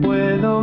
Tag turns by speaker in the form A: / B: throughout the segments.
A: tengo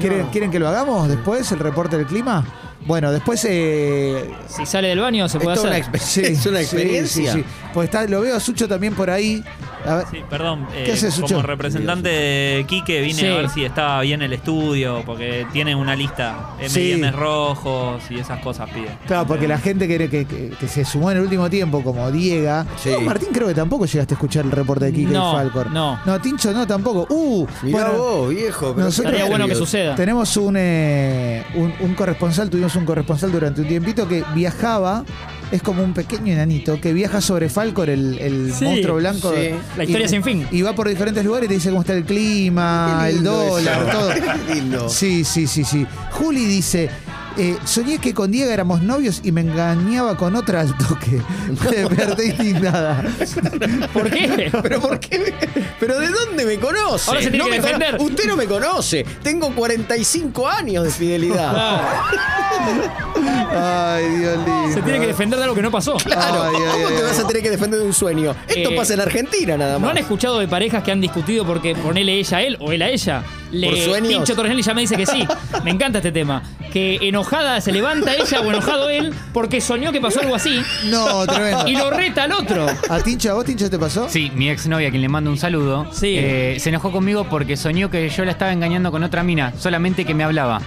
B: ¿Quieren, quieren que lo hagamos después, el reporte del clima? Bueno, después eh,
C: Si sale del baño, se
D: Es
C: puede
D: toda una
C: hacer.
D: experiencia.
B: Sí,
D: es una
B: sí,
D: experiencia.
B: sí, sí. Pues está, lo veo a Sucho también por ahí. A ver,
E: Sí, perdón.
B: ¿Qué
E: eh,
B: haces, Sucho?
E: como representante de Quique vine
C: Sí.
E: a ver si estaba bien el estudio, porque tiene una lista M&M
B: Sí.
E: rojos y esas cosas pide.
B: Claro, porque la gente que, que- que- que se sumó en el último tiempo, como Diega.
D: Sí.
B: No, Martín, creo que tampoco llegaste a escuchar el reporte de Kike
C: No,
B: y Falcor.
C: no.
B: No, Tincho, no, tampoco. Uh,
D: Mirá
B: bueno,
D: vos, viejo. pero
B: nosotros-
D: qué
C: Estaría bueno que
D: nervios.
C: suceda.
B: Tenemos un, eh, un, un corresponsal, tuvimos un corresponsal durante un tiempito que viajaba. Es como un pequeño enanito que viaja sobre Falcor, el, el
C: Sí,
B: monstruo blanco.
D: sí.
C: La historia
B: y-
C: sin fin.
B: Y va por diferentes lugares y te dice cómo está el clima,
D: Qué
B: el
D: lindo eso.
B: dólar, todo.
D: Qué lindo.
B: Sí, sí, sí, sí. Juli dice, Eh, soñé que con Diego éramos novios y me engañaba con otra al toque. Me desperté indignada.
C: ¿Por qué?
D: ¿Pero por qué? me- ¿Pero de dónde me conoce?
C: Ahora se tiene
D: No
C: que
D: me cono-
C: defender.
D: Usted no me conoce. Tengo 45 años de fidelidad.
C: Ah,
B: Ay, Dios lindo.
C: se tiene que defender de algo que no pasó.
D: Claro,
B: Ay, ay,
D: ¿cómo
B: ay, ay.
D: te vas a tener que defender de un sueño? Esto
C: Eh,
D: pasa en Argentina nada
C: ¿No
D: más.
C: han escuchado de parejas que han discutido porque ponele ella a él o él a ella? Le
D: Por sueños.
C: pincho Tornel y ya me dice que sí. Me encanta este tema. Que enojada se levanta ella o enojado él porque soñó que pasó algo así
B: No, tremendo.
C: y lo reta al otro.
B: ¿A Tincho, a vos, Tincho, te pasó?
F: Sí, mi exnovia, a quien le mando un saludo,
C: Sí.
F: eh, se enojó conmigo porque soñó que yo la estaba engañando con otra mina, solamente que me hablaba.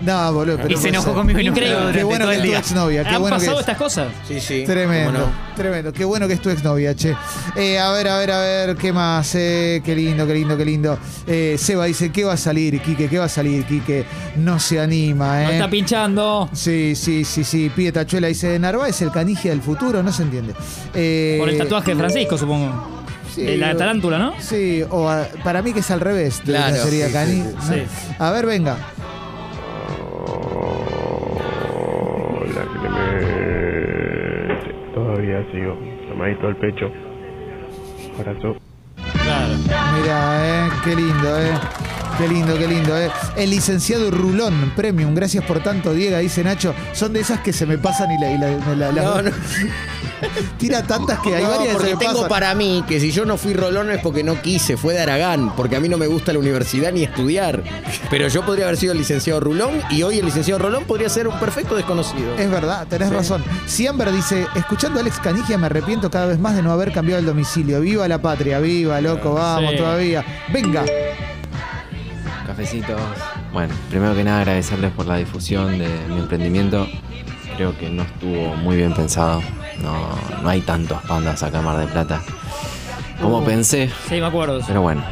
B: No, boludo.
F: y
B: Pero
F: se
B: puede
F: enojó
B: ser.
F: conmigo y no
C: Increíble.
F: durante
B: Qué bueno
F: todo
B: que
F: el
B: es tu
F: día.
B: exnovia. Qué
C: ¿Han
B: bueno que
C: pasado
B: es.
C: estas cosas?
D: Sí, sí.
B: Tremendo,
D: ¿Cómo no?
B: tremendo. Qué bueno que es tu exnovia, che. Eh, a ver, a ver, a ver, ¿qué más? Eh, qué lindo, qué lindo, qué lindo. Eh, Seba dice, ¿qué va a salir, Quique? ¿Qué va a salir, Quique? No se anima,
C: No
B: ¿eh?
C: está pinchando.
B: Sí, sí, sí, sí. Pide Tachuela dice, Narváez es el canigia del futuro, no se entiende. Eh,
C: Por el tatuaje de Francisco, supongo.
B: sí,
C: de la
B: o-
C: tarántula, ¿no?
B: Sí, o a- para mí que es al revés. de lo que
D: Claro,
B: sería
D: sí,
B: cani-
D: sí,
B: ¿no?
C: sí, sí.
B: A ver, venga.
G: Hola, Clemente. Todavía sigo tomadito el pecho. Abrazo.
C: Claro.
B: Mira, eh, qué lindo, eh. Qué lindo, qué lindo, eh. El licenciado Rulón Premium, gracias por tanto, Diego, dice Nacho. Son de esas que se me pasan y la. y la- me la- la-
D: No, no.
B: Tira tantas que hay
D: No,
B: varias que
D: porque
B: se me
D: tengo
B: pasan.
D: para mí que si yo no fui Rolón es porque no quise, fue de Aragán, porque a mí no me gusta la universidad ni estudiar. Pero yo podría haber sido el licenciado Rulón y hoy el licenciado Rolón podría ser un perfecto desconocido.
B: Es verdad, tenés razón. Siember dice, escuchando a Alex Canigia me arrepiento cada vez más de no haber cambiado el domicilio. Viva la patria, viva, loco, vamos
C: Sí.
B: todavía. Venga.
H: Cafecitos. Bueno, primero que nada agradecerles por la difusión de mi emprendimiento. Creo que no estuvo muy bien pensado. No, no hay tantos pandas acá en Mar del Plata como pensé.
C: Sí, me acuerdo. de eso.
H: Pero bueno,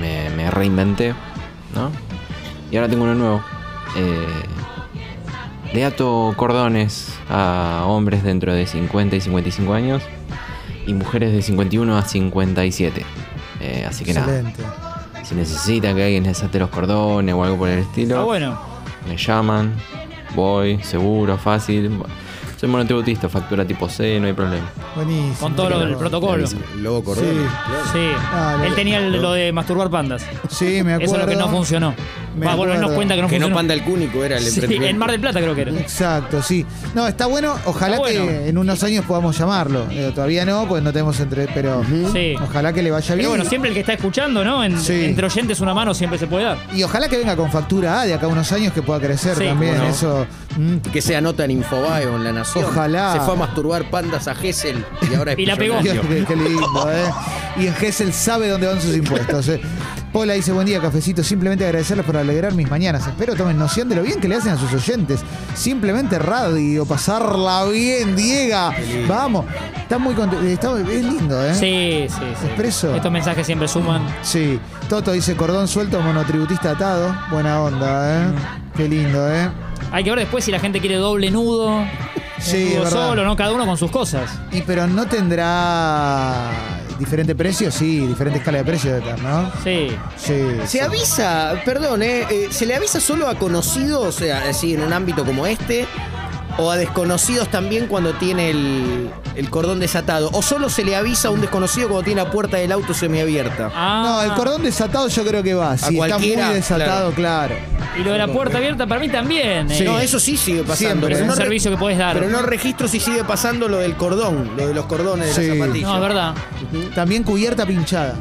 H: me, me reinventé, ¿no? Y ahora tengo uno nuevo. Eh, le ato cordones a hombres dentro de 50 y 55 años y mujeres de 51 a 57. Eh, así que nada.
B: Excelente.
H: Si necesitan que alguien les ate los cordones o algo por el estilo,
C: Está Ah, bueno.
H: me llaman, voy, seguro, fácil. Soy monotributista, factura tipo C, no hay problema.
B: Buenísimo.
C: Con todo lo del protocolo. Sí.
D: Lobo Cordón.
B: Sí. Ah, lo-
C: Él tenía el- lo de masturbar pandas.
B: Sí, me acuerdo.
C: Eso es lo que no funcionó.
B: Me
C: Va, bueno, él nos
B: acuerdo.
C: cuenta que no
D: Que no
C: funcionó.
D: panda el cúnico era el
C: Sí,
D: emprendimiento.
C: en Mar del Plata creo que era.
B: Exacto, sí. No, está bueno. Ojalá
C: Está bueno.
B: que en unos años podamos llamarlo. Eh, todavía no, pues no tenemos entre. Pero
C: Sí.
B: ojalá que le vaya bien.
C: Pero bueno, siempre el que está escuchando, ¿no? En-
B: Sí. ¿Eh?
C: Entre oyentes una mano siempre se puede dar.
B: Y ojalá que venga con factura A de acá a unos años que pueda crecer
C: Sí,
B: también.
C: cómo no.
B: Eso. mm,
D: Que se anota en Infobae o en La Nación.
B: Ojalá.
D: Se fue a masturbar pandas a Gessel y ahora es
C: Y la pegó.
D: millonario.
B: Dios, qué, qué lindo, ¿eh? Y en Gessel sabe dónde van sus impuestos. eh. Paula dice, buen día, cafecito. Simplemente agradecerles por alegrar mis mañanas. Espero tomen noción de lo bien que le hacen a sus oyentes. Simplemente radio, pasarla bien, Diego. Vamos. Está muy contento. Está, es lindo, ¿eh?
C: Sí, sí, sí.
B: Expreso.
C: Estos mensajes siempre suman.
B: Sí, Toto dice cordón suelto, monotributista atado. Buena onda, ¿eh? Qué lindo, ¿eh?
C: Hay que ver después si la gente quiere doble nudo.
B: Sí,
C: nudo
B: es verdad.
C: solo, ¿no? Cada uno con sus cosas.
B: Y pero no tendrá diferente precio, sí, diferente escala de precio de tal, ¿no?
C: Sí.
B: Sí. sí.
D: Se avisa, perdón, eh, eh, ¿se le avisa solo a conocidos, o sea, así en un ámbito como este? ¿O a desconocidos también cuando tiene el, el cordón desatado? ¿O solo se le avisa a un desconocido cuando tiene la puerta del auto semiabierta?
C: Ah,
B: No, el cordón desatado yo creo que va. Sí, está muy
D: cualquiera,
B: desatado, claro.
C: Y lo de la puerta abierta para mí también. eh.
B: Sí.
D: No, eso sí sigue pasando.
B: Siempre,
C: es
D: pero
C: un
D: no re-
C: servicio que podés dar.
D: Pero no registro si sigue pasando lo del cordón, lo de los cordones de
B: Sí.
D: las zapatillas.
C: No, es verdad.
B: También cubierta pinchada.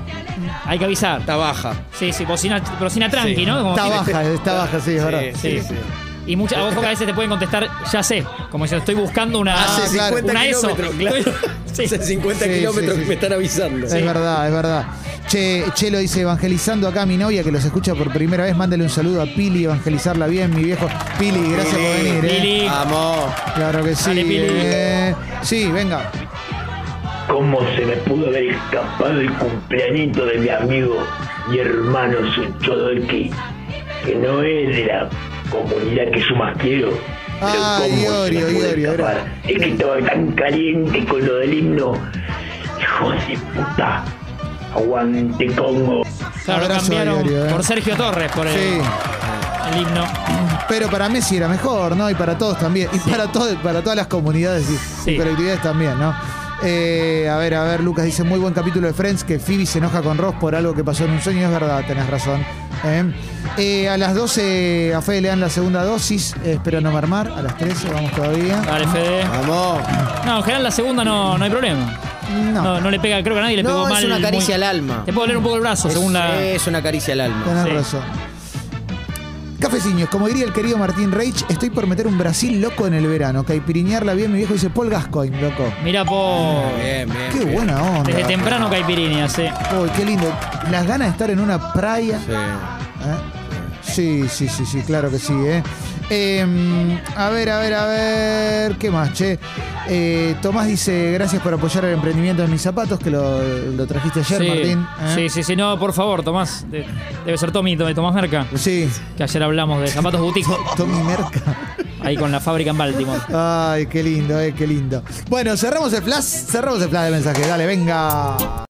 C: Hay que avisar.
D: Está baja.
C: Sí, sí, cocina, cocina tranqui,
D: Sí.
C: ¿no? Como
B: Está
C: que-
B: baja, está baja, sí, es verdad.
C: Oh, Sí, sí. Y muchas, ojo que a veces te pueden contestar, ya sé. Como diciendo, estoy buscando una.
B: Hace
C: una
D: 50
C: ESO.
D: kilómetros, claro.
C: Sí.
D: Hace 50
B: Sí, sí,
D: kilómetros
B: sí.
D: que me están avisando.
B: Es verdad, es verdad. Che, Chelo dice, evangelizando acá a mi novia que los escucha por primera vez, mándale un saludo a Pili, evangelizarla bien, mi viejo. Pili, gracias por venir. ¿eh?
C: Lili.
D: Vamos.
B: Claro que sí.
C: Dale, Pili.
B: eh. Sí, venga.
I: ¿Cómo se me pudo haber escapado el cumpleañito de mi amigo y hermano Suchodolki? Que no es de la comunidad que yo más quiero. pero
B: Ah,
I: cómo se me
B: Iorio,
I: pudo
B: Iorio,
I: escapar.
B: era.
I: Es que estaba tan caliente con lo del himno. Hijo de puta. Aguante Congo.
C: Claro, lo
B: Abrazo,
C: cambiaron
B: Iorio, eh.
C: por Sergio Torres, por el,
B: Sí.
C: el el himno.
B: Pero para Messi era mejor, ¿no? Y para todos también. Y para, todo, para todas las comunidades y, y colectividades también, ¿no? Eh, a ver, a ver, Lucas dice muy buen capítulo de Friends, que Phoebe se enoja con Ross por algo que pasó en un sueño. Es verdad, tenés razón. ¿eh? Eh, a las 12 a Fede le dan la segunda dosis, eh, espero no mermar. A las 13 vamos todavía.
C: Dale, Fede.
D: Vamos.
C: No, en general la segunda no, no hay problema.
B: No.
C: no. le pega, creo que a nadie le pegó
D: No,
C: mal.
D: es una caricia al
C: muy-
D: alma. Pues
C: Te puedo leer un poco el brazo,
D: Es-
C: según la.
D: Es una caricia al alma.
B: Tenés
C: Sí.
B: razón. Cafeciños, como diría el querido Martín Reich, estoy por meter un Brasil loco en el verano. Caipiriñarla bien, mi viejo dice Paul Gascoigne, loco.
C: Mira po.
D: Bien, bien.
B: Qué buena onda.
C: Desde temprano caipirinha, sí.
B: Uy, qué lindo. Las ganas de estar en una playa.
D: Sí.
B: ¿eh? Sí, sí, sí, sí, claro que sí, ¿eh? Em, a ver, a ver, a ver. ¿Qué más, che? Eh, Tomás dice: Gracias por apoyar el emprendimiento de mis zapatos, que lo, lo trajiste ayer,
C: sí.
B: Martín. ¿eh?
C: sí, sí, sí, no, por favor, Tomás. De- debe ser Tommy, de Tomás Merca,
B: Sí,
C: que ayer hablamos de zapatos boutique,
B: Tommy Merca.
C: ahí con la fábrica en Baltimore.
B: Ay, qué lindo, eh, qué lindo. Bueno, cerramos el flash, cerramos el flash de mensaje. Dale, venga.